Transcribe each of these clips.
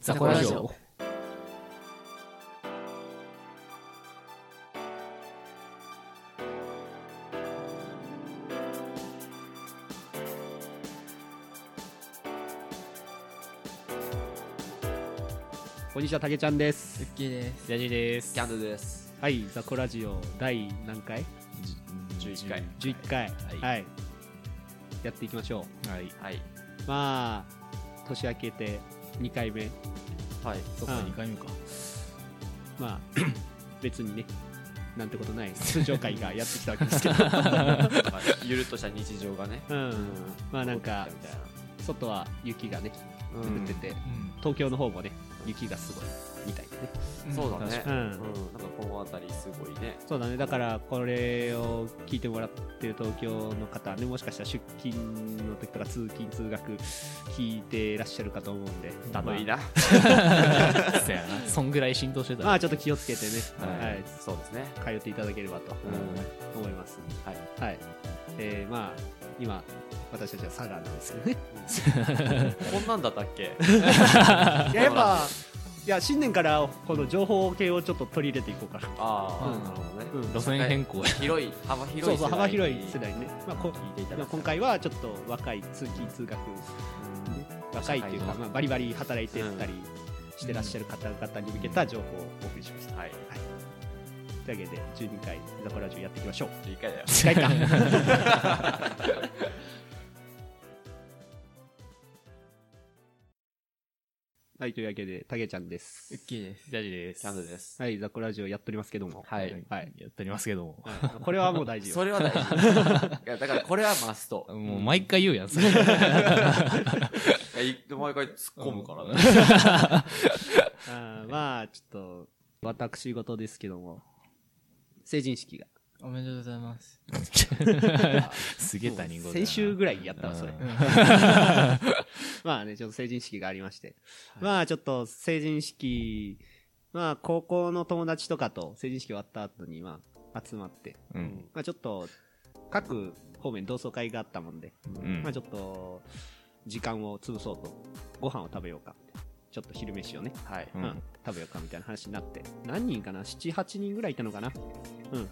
ザコラジオ。こんにちは、たけちゃんです。ッキーです。ジャジーです。キャンドゥです。はい、ザコラジオ第何回十一回。 11回、はいいやっていきましょはい。はい。うまあ年明けて2回目はい。そっうかん二回目か。 まあ別にねなんてこと ない通常会がやってきたわけですけど、まあゆるっとした日常がね。うんうまあなんかみたいな外は雪がね降うんってて、う東京の方もね雪がすごいみたいでねそうだね。確うかに。んなんかこの辺りすごいね。そうだねだからこれを聞いてもらってる東京の方はねもしかしたら出勤の時とか通勤通学聞いてらっしゃるかと思うんでだといいな。にそうやな。そんぐらい浸透してたまら。あちょっと気をつけてね、ははいい。そうですね。通っていただければとうん。思います、はい。はいえー、まあ今私たちは佐賀なんですけど ねこんなんだったっ けいややっぱいや新年からこの情報系をちょっと取り入れていこうかな、うああ、んなるほどね。うん路線変更や。広い、幅広そうい世代に。そう幅広い世代にね、まあ、こ聞いていただきたいまあ今回はちょっと若い通勤通学うん。若いっていう社か、会のまあ、バリバリ働いてたりしてらっしゃる方々に向けた情報をお送りしました、はい。というわけで12回ザコラジオやっていきましょういい回だよ。近いか はいというわけでたけちゃんですッキーです。ジャジーです。キャンドゥです。はいザコラジオやっておりますけどもはいはい、やっておりますけども。これはもう大事そよれは大 事。いや、だからこれはマスト。もう毎回言うやん、それ。突っいやい毎回突っ込むからね。ね。あーまあちょっと私事ですけども成人式がおめでとうございます。すげえ他人事だな。先週ぐらいやったわそれうんまあね、ちょっと成人式がありまして。まあちょっと成人式、まあ高校の友達とかと成人式終わった後に、まあ集まって、うん。まあちょっと各方面同窓会があったもんで、うんまあちょっと時間を潰そうと、ご飯を食べようかって。ちょっと昼飯をね、はい。ううんん食べようかみたいな話になって、何人かな ?7、8人ぐらいいたのかなうん。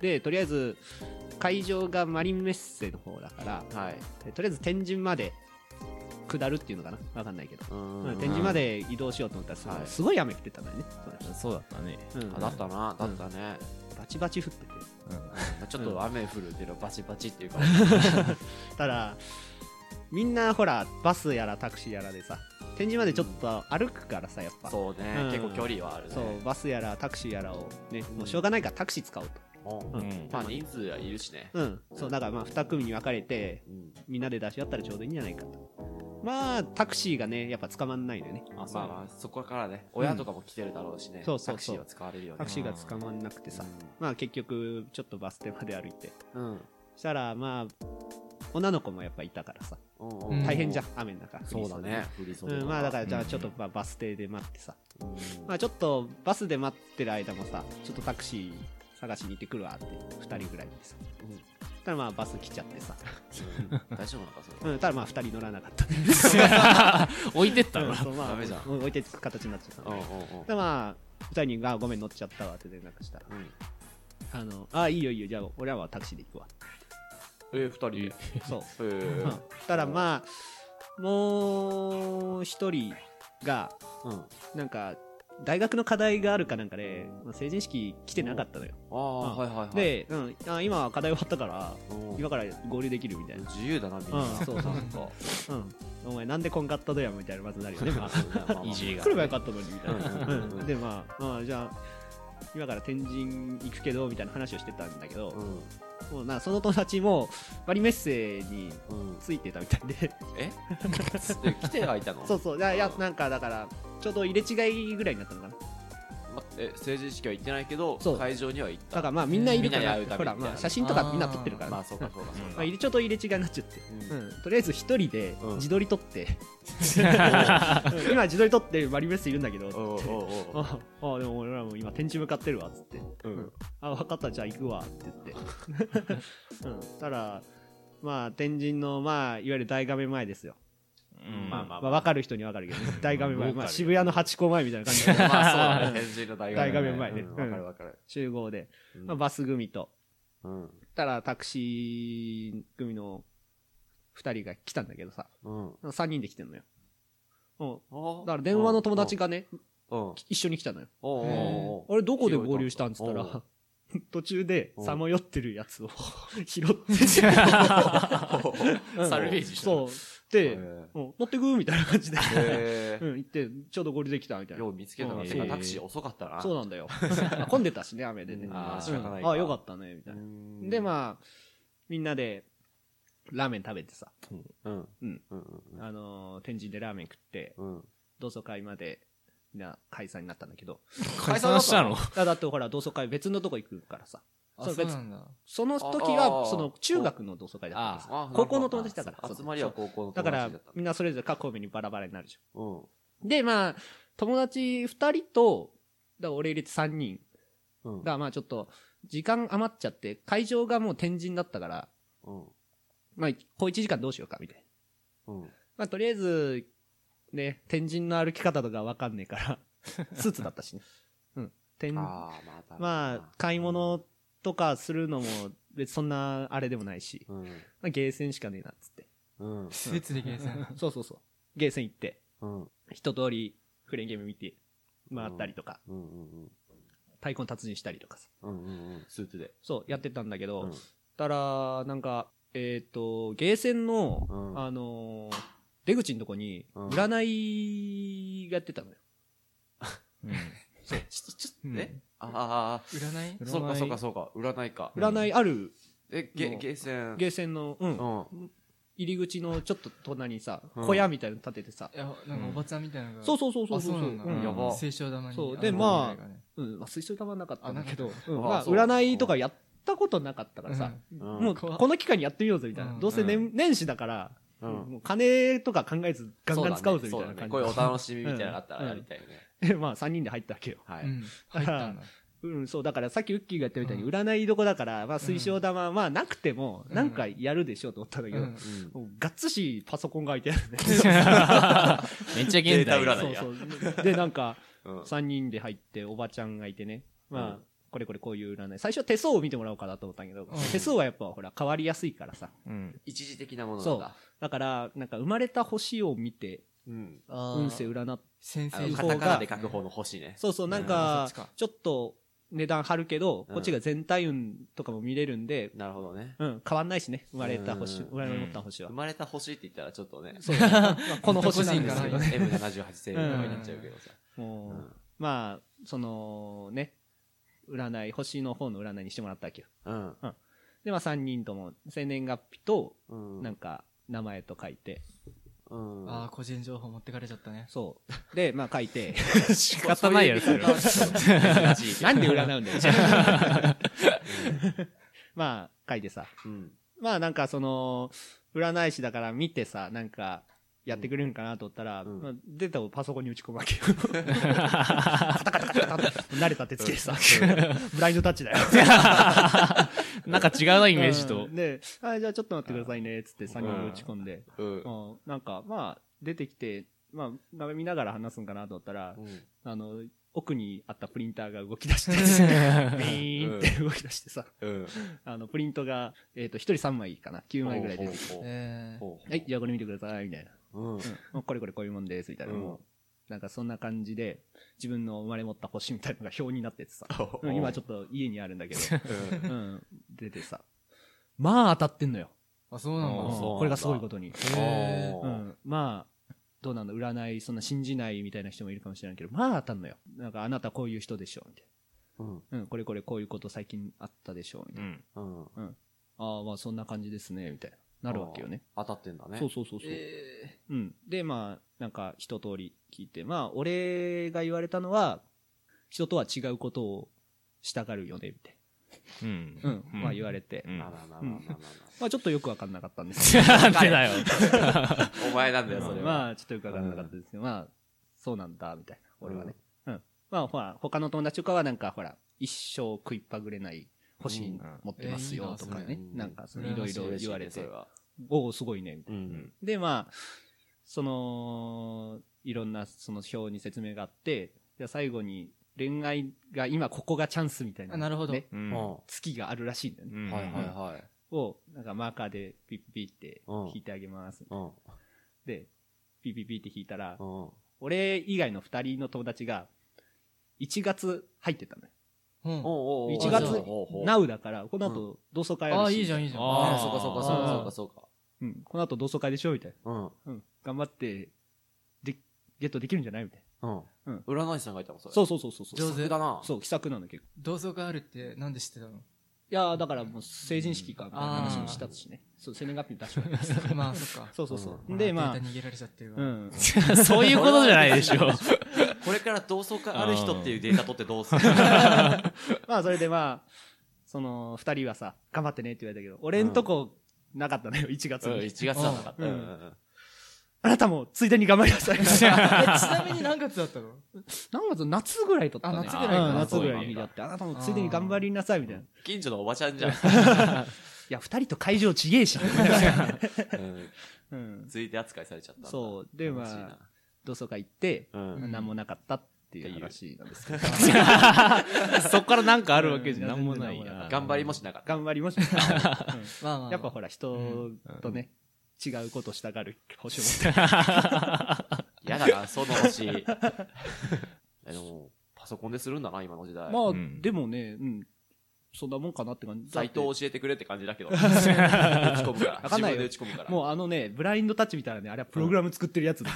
で、とりあえず、会場がマリンメッセの方だから、はい。えとりあえず天神まで下るっていうのかなわかんないけど。うん天神まで移動しようと思ったらすごい、はいすごい雨降ってたんだよね、そうだったね。その日うんあだったな、だったね。バチバチ降っててうんまあちょっと雨降るけど、バチバチっていうか、ただみんなほらバスやらタクシーやらでさ天神までちょっと歩くからさやっぱそうね、うん結構距離はあるね。そうバスやらタクシーやらをねもうしょうがないからタクシー使おうとうんうんまあ人数はいるしね。うんそうだからまあ2組に分かれてうんみんなで出し合ったらちょうどいいんじゃないかとまあタクシーがねやっぱ捕まんないのよねまあまあ、そこからね、親とかも来てるだろうしね、そうそうそうタクシーは使われるよタねク。シーが捕まんなくてさまあ結局ちょっとバス停まで歩いてうん。したらまあ女の子もやっぱいたからさうんう大変じゃん、雨の中そうだね、振りう袖。ん、まあだかららじゃあうんちょっとまあバス停で待ってさ、うんまあちょっとバスで待ってる間もさちょっとタクシー探しに行ってくるわって2人ぐらいでさ、うんたらまあバス来ちゃってさ、大丈夫なのか、それ。うん、たらまあ2人乗らなかった、 置いてったうんな。そうまあダメじゃん置いていく形になっちゃったうんのうで、んうんたらまあ2人にあ「ごめん乗っちゃったわ」って連絡したらうん「あのあいいよいいよじゃあ俺らはタクシーで行くわえ、二人で。」そうえうんーたらまあもう一人がうん。あなんか大学の課題があるかなんかで、まあ成人式来てなかったのよ、あー、はいはいはい。で、うん、あ今は課題終わったからうん、今から合流できるみたいな、自由だな、みんな。うんそうそうなんか。うん、お前なんでこんかっただよみたいなまずなる よね、まあ、いじりが来。ればよかったのにみたいな、うんうんでまあ、まあ、じゃあ今から天神行くけどみたいな話をしてたんだけど、うんもうなんかその友達もバリメッセにうん。ついてたみたいでえ で来てはいたのそうそういやいやうんなんかだからちょうど入れ違いぐらいになったのかなまえ成人式は行ってないけどそう会場には行っただからまあみんないるかみんならに会うたほめにらまあ写真とかみんな撮ってるからまあそうかそうかそうまかあ、入れちょっと入れ違いになっちゃって、ううんとりあえず一人でうん自撮り撮 って、うん今自撮り撮ってマリメッセいるんだけどっておうおうおうああでも俺らも今天地向かってるわっつって、うんあ分かったじゃあ行くわって 言って、うん、たらまあ天神のまあいわゆる大画面前ですようんまあまあまあ、分かる人に分かるけど、 ね、大画面わ前、かるまあ、渋谷のハチ公前みたいな感じでまあそうだね。変人の大画面。大画面前ねうんわかるわかる。集合で、うんまあ、バス組とうん。たらタクシー組の2人が来たんだけどさうん。 3人で来てんのようんだだから電話の友達。がねうん。おう一緒に来たのよおうおうあれどこで合流したんつったおらう 途中でおうさまよってるやつを 拾ってサルベージしたそのうで、へうんー持ってくみたいな感じで、へうん、行ってちょうど合流できたみたーいよなう見つけたな。うんてかタクシー遅かったな。そうなんだよ混んでたしね雨でね、うんあああー仕方ないあよかったねみたいな、うんでまあみんなでラーメン食べてさ、うん。うんうん。あのー天神でラーメン食ってうん。うん。同窓会までみんな解散になったんだけど解散したのだだってほら同窓会別のとこ行くからさあそう別んだ。その時あはーその中学の同窓会だったからあさー高校の友達だから集まりは高校のだ友から達だったみんなそれぞれ各方面にバラバラになるじの。ゃんでまあ友達2人とだから俺入れて3人うん。うんだか。らまあちょっと時間余っちゃって会場がもう天神だったからうん。まあ小1時間どうしようかみたいなうん。まあとりあえずね天神の歩き方とかわかんねえ からスーツだったしねうん天ああ、まあだな、まあ、買い物とかするのも、別にそんなあれでもないし、うん。まあ、ゲーセンしかねえな、っつって。うん。施設で計算。 そうそうそう。ゲーセン行って、うん。一通りクレーンゲーム見て、回ったりとか、うん。うん。太鼓の達人したりとかさ。うん。うん。うん。スーツで。そう、やってたんだけど、うんたら、なんか、えっ、と、ゲーセンの、うんあのー出口のとこに、うん占いがやってたのよ。ちょ、ちうょ、んえあ占いあ、そうかそうかそうか、占いか。ん占いある、え、ゲ、のゲーセン。ゲーセンの、うん、うん。入り口のちょっと隣にさ、うん小屋みたいなの建ててさ、いや、なんかおばちゃんみたいなのが。そうそうそうそうあそうなんだ。うんやば清少玉に。そうでのまあ占いがねうん、まあ、水槽玉はなかったんだけど、あうんあまあ、そう占いとかやったことなかったからさ、うんもうこの機会にやってみようぜみたいな。うんどうせ年,、う年始だから、うんもう金とか考えずガンガン使おうぜみたいなそうだね感じこういうお楽しみみたいなのがあったうんらやりたいよね。で。 まあ、3人で入ったわけよ。はうい。ん。入ったんだ。うん、そう、だからさっきウッキーが言ったみたいに、占いどこだから、まあ、水晶玉、まあ、なくても、うんなんかやるでしょうと思ったんだけうど、ん。うんもうがっつしパソコンが開いてある ね。 めっちゃデ現ー代。タ占そいうやそう。で、なんか、うん3人で入って、おばちゃんがいてね。うまんあ、これこれこういう占い。最初は手相を見てもらおうかなと思ったんだけど、手相はやっぱほら、変わりやすいからさ。うん。一時的なものなそんうだ。。だから、なんか生まれた星を見て、うん。運勢あー占って、先あの生のカ方タがカナで書く方の星ね。そうそう、なんうんかそっちか、ちょっと値段張るけど、うんこっちが全体運とかも見れるんで、なるほどね。うん、変わんないしね、生まれた星、うん生まれ持った星は生。まれた星って言ったらちょっとね、そう、まあこの星なんですけどね。 M78 星雲とかになっちゃうけどさ。もうんう、まあ、そのね、占い、星の方の占いにしてもらったわけよ。うん。で、まあ3人とも、生年月日と、うん。なんか、名前と書いて、うん。ああ、個人情報持ってかれちゃったね。そう。で、まあ書いて、仕方ないやつだよ。難しいけどなんで占うんだよ。まあ、書いてさ。うん。まあ、なんかその、占い師だから見てさ、なんか、やってくれるんかなと思ったら、うんまあ、データをパソコンに打ち込むわけよ。カタカタカタカタ慣れた手つきでさ、ブラインドタッチだよ。なんか違うな、イメージとうん。で、あじゃあちょっと待ってくださいね、つって3人で打ち込んで。うん。うんなんか、まあ、出てきて、まあ、画面見ながら話すんかなと思ったら、うんあの、奥にあったプリンターが動き出して、 ビーンって動き出してさ、うん。あの、プリントが、えっ、と、1人3枚かな、9枚ぐらい出てきて、ほうほうええ。ほうはい、じゃあこれ見てください、みたいな。うん。うんもうこれこれこういうもんです、みたいな。もうなんかそんな感じで、自分の生まれ持った星みたいなのが表になっててさ、うん今ちょっっと家にあるんだけど、うん、出てさ、まあ当たってんのよ。あ、そうなんうんだ。そうなんだこれがすごいことに。へおうーん、まあ、どうなんだ、占い、そんな信じないみたいな人もいるかもしれないけど、まあ当たんのよ。なんかあなたこういう人でしょ、みたいうん。な。うん、これこれこういうこと最近あったでしょ、みたいな。うん。うん。ああ、まあそんな感じですね、みたいな。なるわけよね。当たってんだね。そうそうそうそう。えうん。で、まあ、なんか一通り聞いて、まあ、俺が言われたのは、人とは違うことをしたがるよね、みたいうん。な。うん。まあ言われ れて。まあまあまあまあまあままあちょっとよくわかんなかったんですけど。なんで だよ。あ。お前なんだよ、それは。まあちょっとよくわかんなかったですけど、まあ、そうなんだ、みたいな。俺はね。うん。まあほら、他の友達とかはなんかほら、一生食いっぱぐれない星持ってますうんよ、とかねう。んなんか、うんいろいろ言われそてれ。は。おお、すごいね、みたいなうん。で、まあ、その、いろんなその表に説明があって、じゃあ最後に恋愛が今ここがチャンスみたいな。あなるほどねう。うんは月があるらしいんだよね。いいはいはい。を、なんかマーカーでピッピッピって引いてあげます。うん。で、ピッピッピって引いたら、うん。俺以外の二人の友達が、1月入ってたのよ。うん。おうおうおう1月おうおうナウだから、この後同窓会あるし。ああ、いいじゃん、いいじゃん。ああーあ、そうかそうかそうかそうかうん、この後同窓会でしょみたいそうか。な。うん、頑張って、で、ゲットできるんじゃないみたいうん。ううんん。占い師さんがいたのそれ。な。う。そうそうそうそう。上手だな。そう、気さくなの結構。同窓会あるって、なんで知ってたのいやーだからもう成人式か、みたいな話もしたしね。そう、生年月日出しました。まあ、そっか。そうそうそう。ほらで、まあデータ、逃げられちゃってるわ。う。うんそういうことじゃないでしょ。 これから同窓会ある人っていうデータ取ってどうするまあ、それでまあ、その、二人はさ、頑張ってねって言われたけど、俺んとこ、なかったのよ、1月うんに。 1月だった。うんうんうんあなたも、ついでに頑張りなさい。えちなみに何月だったの何月夏ぐらいだったね。あ夏ぐらいかうん夏ぐらいにだって、あなたもついでに頑張りなさい、みたいな。い近所のおばちゃんじゃん。や、二人と会場ちげえし。う んうん。ついて扱いされちゃったんだ。そう。で、悲ましいあな、同窓会行って、うん。何もなかったっていう話なんですけど。そっからなんかあるわけじゃなんもないうんな。頑張りもしなかった。頑張りま した。うんまあまあ。やっぱほら、人とね、違うことしたがる星を持ってる。嫌だな、その 星。え、でも、パソコンでするんだな、今の時代。まあうん、でもね、うん。そんなもんかなって感じ。サイトだをっ教えてくれって感じだけど。打ち込むから。わかんないよ自分で打ち込むから。てもうあのね、ブラインドタッチみたいなね、あれはプログラム作ってるや つだ。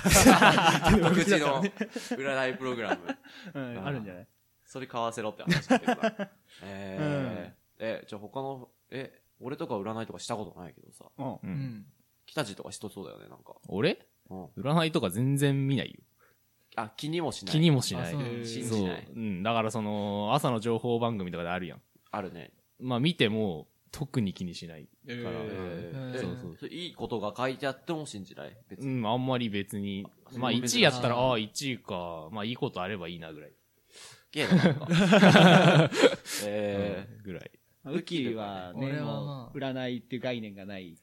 独自の占いプログラム。 うんあるんじゃないそれ買わせろって話だけどな。えー、え、じゃあ他の、え、俺とか占いとかしたことないけどさ。うん。う。うんん。北地とかしとそうだよね、なんか。俺うん。占いとか全然見ないよ。あ、気にもしない。気にもしなあいそう。えー信そう。じうない。ん。だからその、朝の情報番組とかであるやん。あるね。まあ見ても、特に気にしない。えからええーそうそう。それいいことが書いてあっても信じない。別うに。ん、あんまり別に。あまあそう1位やったら、あああ、1位か。まあいいことあればいいなぐらい。ゲームなんか。えうんぐら い。ウキはね、俺はもまう、占いっていう概念がない。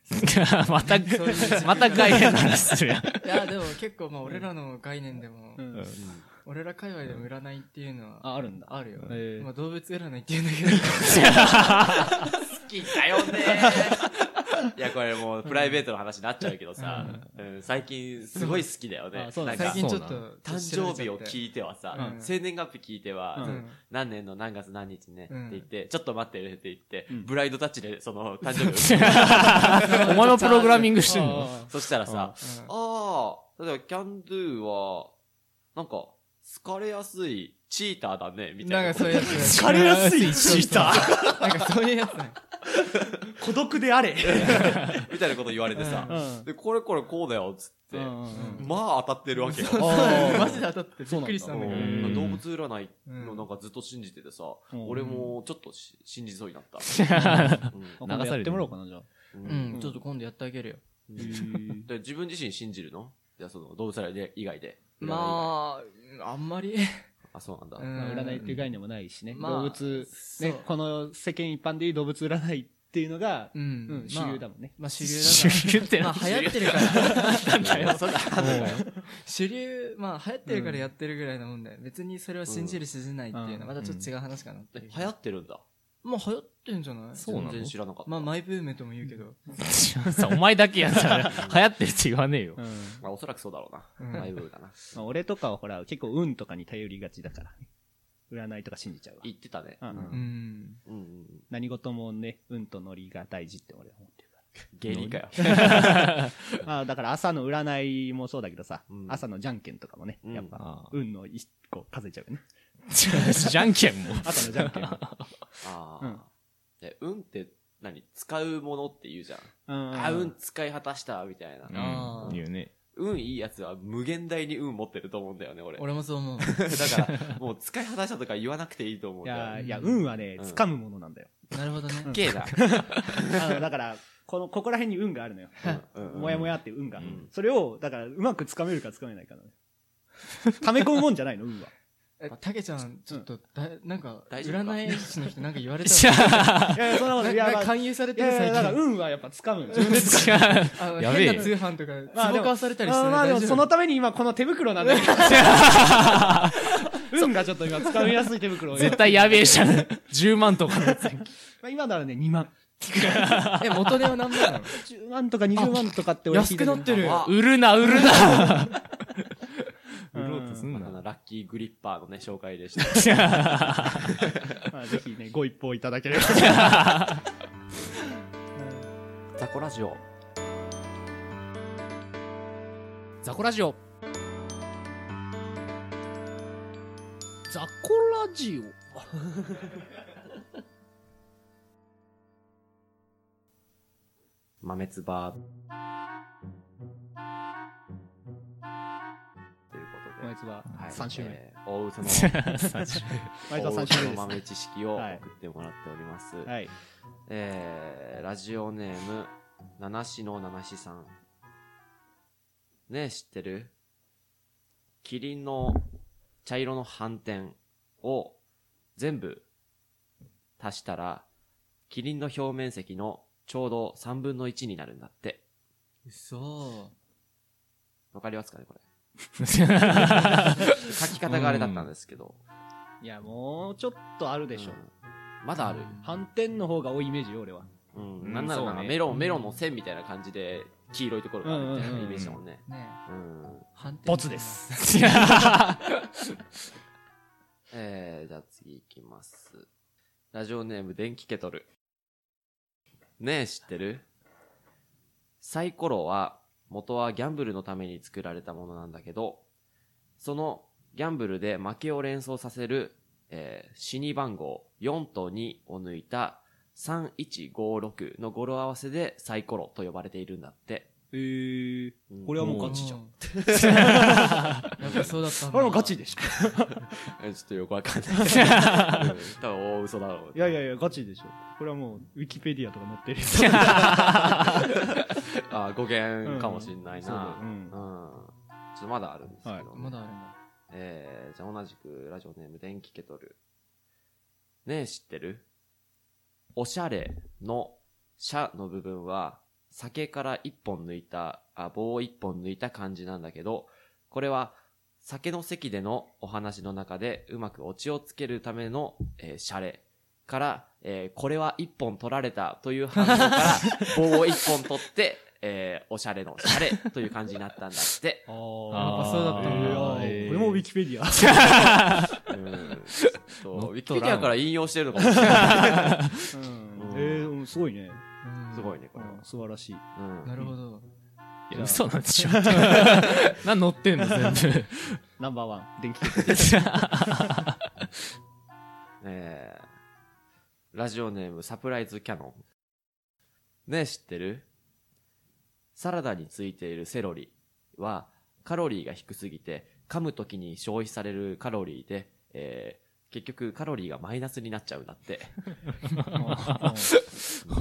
また、 また概念の話するやん。いや、でも結構、まあ、俺らの概念でも、うん俺ら界隈でも占いっていうのは、あ、あるんだ。あるよ。えーまあ、動物占いっていうんだけど、ー好きだよねー。いや、これもうプライベートの話になっちゃうけどさ、うん最近すごい好きだよね。あそうなだんねか最近ちょっそうと、誕生日をい聞いてはさ、うん生年月日聞いては、うん何年の何月何日ね、うんって言って、ちょっと待ってねって言って、うんブラインドタッチでその誕生日を打つお前もプログラミングしてんのあそしたらさ、うんああ、例えばキャンドゥは、なんか、好かれやすいチーターだね、みたいな。なんかそういうやつ。 疲れやすいチーター。なんかそういうやつね。ー孤独であれ。 みたいなこと言われてうさ、んで、これこれこうだよ、つって、 うんうんまあ当たってるわけよ。あーマジで当たってびっくりしたうんだけそうど。んん動物占いのなんかずっと信じててさ、うん俺もちょっとし信じそうになった。うん今度やってもらおうかな、じゃあ。うんうん、ちょっと今度やってあげるよ。うんで自分自身信じるのじゃあその動物占い以外で。あ。まあ、あんまり。あ、そうなんだ。うんまあ占いっていう概念もないしね。まあ動物、そうね、この世間一般でいう動物占いっていうのが、ううんん。主流だもんね。まあ主流だから。主流ってまなあ流行ってるから。それあんのかよ主流、まあ流行ってるからやってるぐらいなもんだよ。別にそれは信じる信じないっていうのはまたちょっと違う話かなっていえう。流行ってるんだ。まあ流行ってんじゃないそうなの全然知らなかった。まあマイブームとも言うけど。さ、お前だけやったら、流行ってるって言わねえよ。うんまあ、おそらくそうだろううんな。マイブームだな。まあ俺とかはほら、結構運とかに頼りがちだからね。占いとか信じちゃうわ。言ってたね。うんうんうん。うんうん。何事もね、運とノリが大事って俺は思ってるか芸人かよ。ら。まあだから朝の占いもそうだけどさ、うん朝のじゃんけんとかもね、うんやっぱ、ああ運の一個数えちゃうよね。じゃんけんも。朝のじゃん けん。あうんあ。で、運って何使うものって言うじゃん。うんあ、運使い果たした、みたいな。あーうん。言うね。運いいやつは無限大に運持ってると思うんだよね、俺。俺もそう思う。だから、もう使い果たしたとか言わなくていいと思うんいだよや、ね。いや、運はね、うん掴むものなんだよ。なるほどね。けえあな。のだから、この、ここら辺に運があるのよ。うんうんうんもやもやって運がん。それを、だから、うまく掴めるか掴めないかなのね。溜め込むもんじゃないの、運は。えたけちゃん、ちょっと、だなんか、大丈夫か占い師の人なんか言われたじゃのいやいや、そんなこと、いや、なまあんか勧誘されいてるやいや、最だから、近。運はやっぱ掴むよ。自分で掴む。あ違う。あのやべえ変な通販とか、まあでも壺買わされたりしてあないまあでも、大丈夫そのために今、この手袋なんだけど。運がちょっと今、掴みやすい手袋を今絶対やべえじゃん。10万とかのやつ。まあ今ならね、2万。え、元値は何万なの10万とか20万とかって俺聞いたけど安くなってるあ売るな、売るな。う売んろうとすんあのな。ラッキーグリッパーのね、紹介でした。まあぜひね、ご一報いただければ。ザコラジオ。ザコラジオ。ザコラジ オ。豆つば。ということこでい。つははい3周目。えー大 嘘の、こいつは大3周目で嘘のす。豆知識をはい送ってもらっております。はい。えー、ラジオネーム、七しの七しさん。ねえ、知ってるキリンの茶色の斑点を全部足したら、キリンの表面積のちょうど3分の1になるんだって。嘘。わかりますかね、これ。書き方があれだったんですけど。いや、もうちょっとあるでしょう。んまだある。反転の方が多いイメージよ、俺は。うん。うんなんならなそんかうねメロン、メロンの線みたいな感じで、黄色いところがあるみたいうんうんなうんイメージだもんね。ねうん。え、判定。ボツで。す。 えー、じゃあ次行きます。ラジオネーム、電気ケトル。ねえ、知ってるサイコロは、元はギャンブルのために作られたものなんだけど、そのギャンブルで負けを連想させる、えー死に番号4と2を抜いた3156の語呂合わせでサイコロと呼ばれているんだって。えー、うんこれはもうガガチチじじゃゃん。ん。 やっぱそうだったんだ。これもガチでしょ。えちょっとよくわか んない。うん多分大嘘だろう。いやいやいや、ガチでしょ。これはもう、ウィキペディアとか載ってるよ。 あー語源かもしんないそうだよな。ううんん。ちょっとまだあるんですけど、はいまだあるんだ。えー、じゃあ同じくラジオネーム電気ケトル。ねえ、知ってるおしゃれのしゃの部分は、酒から一本抜いた、あ、棒を一本抜いた感じなんだけど、これは酒の席でのお話の中でうまくオチをつけるための、えー、シャレから、えー、これは一本取られたという反応から、棒を一本取って、えー、おしゃれのシャレという感じになったんだって。あやっぱそうだったんだあーこれもウィキペディア。うんちょっとウィキペディアから引用してるのかもしれない。うんえーうん、すごいね。う んすごいね、こうれん素晴らしい。は。なるほど。いや嘘なんでしょ。何乗ってんの全部。ナンバーワン、 電気。うんえーラジオネームサプライズキャノン。ねえ、知ってるサラダについているセロリはカロリーが低すぎて噛むときに消費されるカロリーで、えー結局カロリーがマイナスになっちゃうんだ って。う ー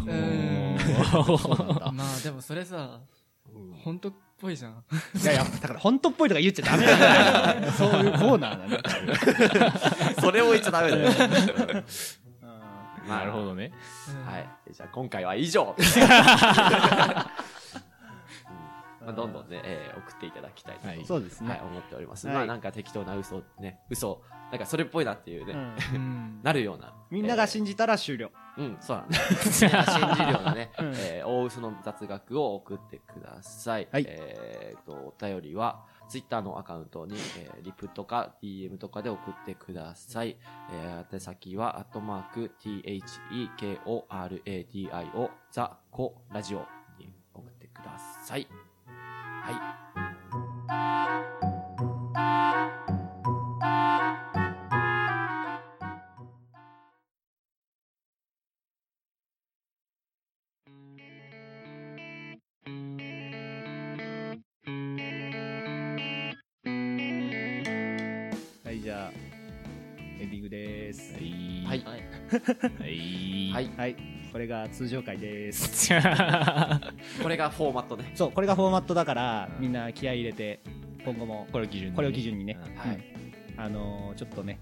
ん。いまあでもそれさ、本当っぽいじゃん。やいや、だから本当っぽいとか言っちゃダメなんだ よ。そういうコーナーなんだよ。それを言っちゃダメ だよ。なるほどね。うんはい。じゃあ今回は以 上。まあ、どんどんね、えー送っていただきたいと、ははいい、そうですね。思っております。はいまあなんか適当な嘘、ね、嘘、なんかそれっぽいなっていうね、うんうん。なるような。みんながじ、信じたら終了。うん、そう なんだ、ね。みんなが信じるようなね、うんえー大嘘の雑学を送ってください。はいえーと、お便りは、ツイッターのアカウントに、えーリプとか DM とかで送ってください。えー、宛先は、アットマーク、thekoradio、ザコラジオに送ってください。はい。はい、じゃあ、エンディングです。は。はいい。ははい。い。はい、これが通常回です。 これがフォーマットね。そう、これがフォーマットだから、うんみんな気合い入れて、今後もこれを基準に。これを基準にねうんはい。あのーちょっとね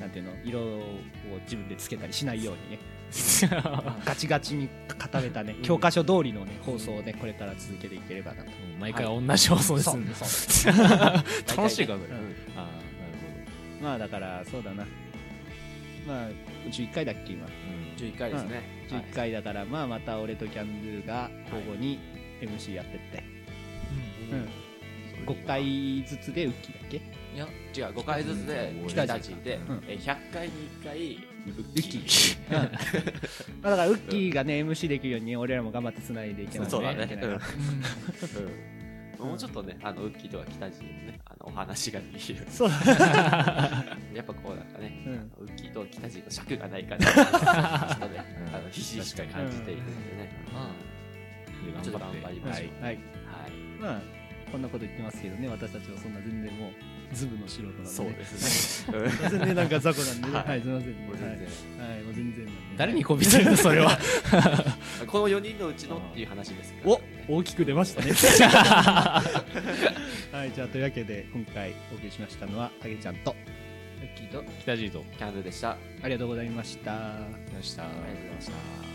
なんていうの色を自分でつけたりしないようにねガチガチに固めたね教科書通りのね放送をねこれから続けていければなと毎回同じ放送ですんでそう楽しいかそれ、うんうんああなるまあだからそうだなまあ11回だっけ今ほ11回ですね。はい11回だから、まあまた俺とキャンドゥが交互に MC やってって、うん5回ずつでウッキーだっけいや、違う、5回ずつで、北北地地でうん、え100回に1回、ウッキー、うんまあ、だからウッキーがね MC できるようにね俺らも頑張ってつないでいけないそうだねいけないなうんもうちょっとね、あの、ウッキーとか北地にもね、あの、お話ができる。 そうやっぱこうなんかね、うんウッキーと北地の尺がないから、ちょっとねう、んあの、ひしひしか感じているんでね。まどちょっと頑頑張張ってりましょう。はいはい。まあこんなこと言ってますけどね私たちはそんな全然もうズブの素人なんでね、そうですね。全然なんか雑魚なんでね、 はいはい、すみませんね、もう全然はい、はい、もう全然なんでね誰にこびてるのそれはこの4人のうちのっていう話ですからお大きく出ましたねはいじゃあというわけで今回お送りしましたのはあげちゃんとあ、ラッキーと。北地とキャンドゥでした。あありがとうございましたでしたりがとうございました。